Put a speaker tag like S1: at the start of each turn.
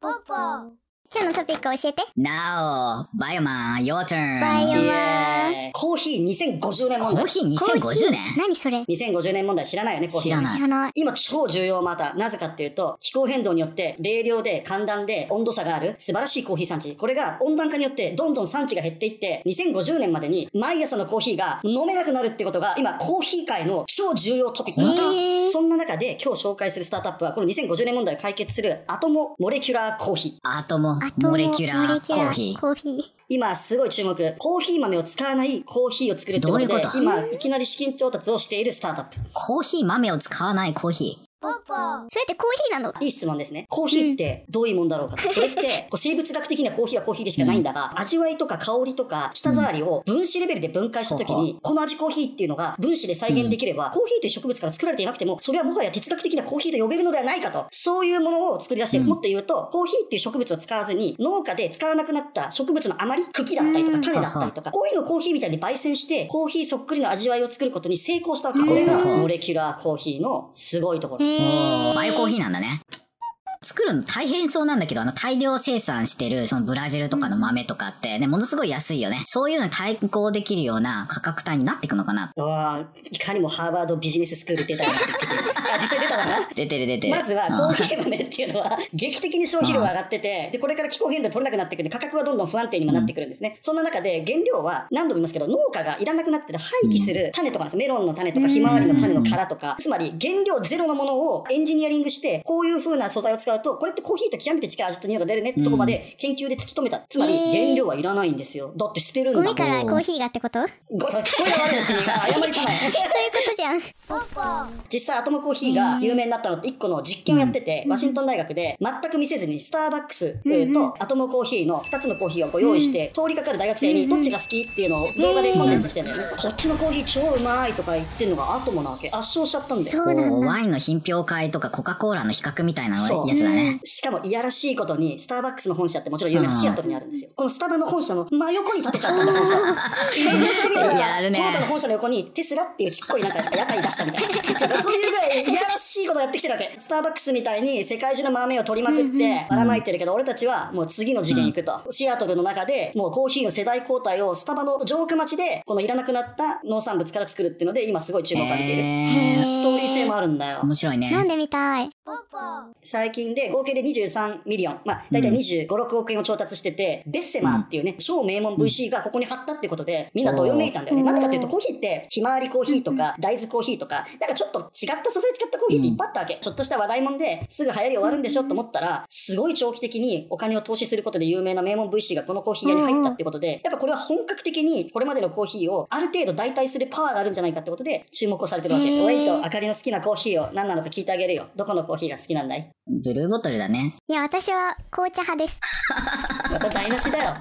S1: ポッポ
S2: 今日のトピック教えて。
S3: Now, Bioman, your turn.
S2: バイオマン。
S1: イエーイコーヒー2050年問
S3: コー
S1: 題。
S3: ヒー2050年
S2: 何それ
S1: 2050年問題知らないよね、コーヒー。
S3: 知らない
S2: 知らない。
S1: 今超重要またなぜかっていうと気候変動によって冷涼で寒暖で温度差がある素晴らしいコーヒー産地これが温暖化によってどんどん産地が減っていって2050年までに毎朝のコーヒーが飲めなくなるってことが今コーヒー界の超重要トピック
S2: え
S1: また
S2: ー
S1: そんな中で今日紹介するスタートアップはこの2050年問題を解決するアトモモレキュラーコーヒー
S3: アトム
S2: あ、と
S3: モレキュラーコーヒー。
S2: コーヒー。
S1: 今すごい注目コーヒー豆を使わないコーヒーを作るってことで
S3: どういうこと
S1: 今いきなり資金調達をしているスタートアップ
S3: コーヒー豆を使わないコーヒー。
S2: それってコーヒーなの
S1: いい質問ですね。コーヒーってどういうもんだろうか。それって、こう生物学的にはコーヒーはコーヒーでしかないんだが、味わいとか香りとか舌触りを分子レベルで分解したとき
S3: ほう
S1: に、この味コーヒーっていうのが分子で再現できれば、コーヒーという植物から作られていなくても、それはもはや哲学的なコーヒーと呼べるのではないかと、そういうものを作り出して、
S3: うん
S1: もっと言うと、コーヒーっていう植物を使わずに、農家で使わなくなった植物の余り、茎だったりと
S2: う
S1: か
S2: ん
S1: 種だったりとか、こういうのをコーヒーみたいに焙煎して、コーヒーそっくりの味わいを作ることに成功したわけ。
S2: うん
S1: これがモレキュラーコーヒーのすごいところ。
S2: えー。
S3: バイオコーヒーなんだね。作るの大変そうなんだけど、あの、大量生産してる、そのブラジルとかの豆とかってね、ものすごい安いよね。そういうのに対抗できるような価格帯になっていくのかな。
S1: ああ、いかにもハーバードビジネススクール出たな。あ、実際出たな。
S3: 出てる出てる。
S1: まずは、コーヒー豆っていうのは、劇的に消費量が上がってて、で、これから気候変動で取れなくなってくるんで、価格はどんどん不安定にもなってくるんですね。そんな中で、原料は、何度も言いますけど、農家がいらなくなってて、廃棄する種とかなんですよメロンの種とか、ひまわりの種の殻とか、つまり、原料ゼロのものをエンジニアリングして、こういう風な素材を使うと、これってコーヒーと極めて近い味と匂いが出るねってとこまで、研究で突き止めた。つまり、原料はいらないんですよ。だって捨てるんだ
S2: ゴ
S1: もん
S2: ミからコーヒーがってことそういう
S1: ご聞こえが悪いですね。謝りたまえ。
S2: ことじゃん。
S1: 実際アトムコーヒーが有名になったのって一個の実験をやってて、ワシントン大学で全く見せずにスターバックス、えー
S2: うんうん
S1: とアトムコーヒーの2つのコーヒーをこう用意して、通りかかる大学生にどっちが好きっていうのを動画でコンテンツしてるんだよね、こっちのコーヒー超うまいとか言ってんのがアトムなわけ圧勝しちゃったんだよ
S2: そうなん
S3: こう
S2: だ。
S3: ワインの品評会とかコカ・コーラの比較みたいな
S1: そう
S3: やつだね。
S1: しかもいやらしいことにスターバックスの本社ってもちろん有名なシアトルにあるんですよこのスタバの本社の真横に建てちゃったんだ本社
S3: やるね
S1: トヨタの本社の横にテスラっていうちっこいなんか屋台出したみたいななんかそういうぐらいいやらしいことやってきてるわけスターバックスみたいに世界中の豆を取りまくってばらまいてるけど俺たちはもう次の次元行くと、シアトルの中でもうコーヒーの世代交代をスタバの城下町でこのいらなくなった農産物から作るっていうので今すごい注目を浴びている、
S3: へー
S1: ストーリー性もあるんだよ
S3: 面白いね。
S2: 飲んでみたい。
S1: 最近で合計で23ミリオン、まあ、大体25、6億円を調達してて、ベッセマーっていうね、超名門 VC がここに貼ったってことで、みんなどよめいたんだよね。
S2: おー
S1: なんでかっていうと、コーヒーって、ひまわりコーヒーとか、大豆コーヒーとか、なんかちょっと違った素材使ったコーヒーっていっぱいあったわけ。ちょっとした話題もんで、すぐ流行り終わるんでしょと思ったら、すごい長期的にお金を投資することで有名な名門 VC がこのコーヒー屋に入ったってことで、やっぱこれは本格的にこれまでのコーヒーをある程度代替するパワーがあるんじゃないかってことで、注目をされてるわけ。
S2: へー
S1: ウェイト、あかりの好きなコーヒーを何なのか聞いてあげるよ。どこのコーヒーが好きなんだい
S3: ブルーボトルだね。
S2: いや、私は紅茶派です。
S1: また台無しだよ。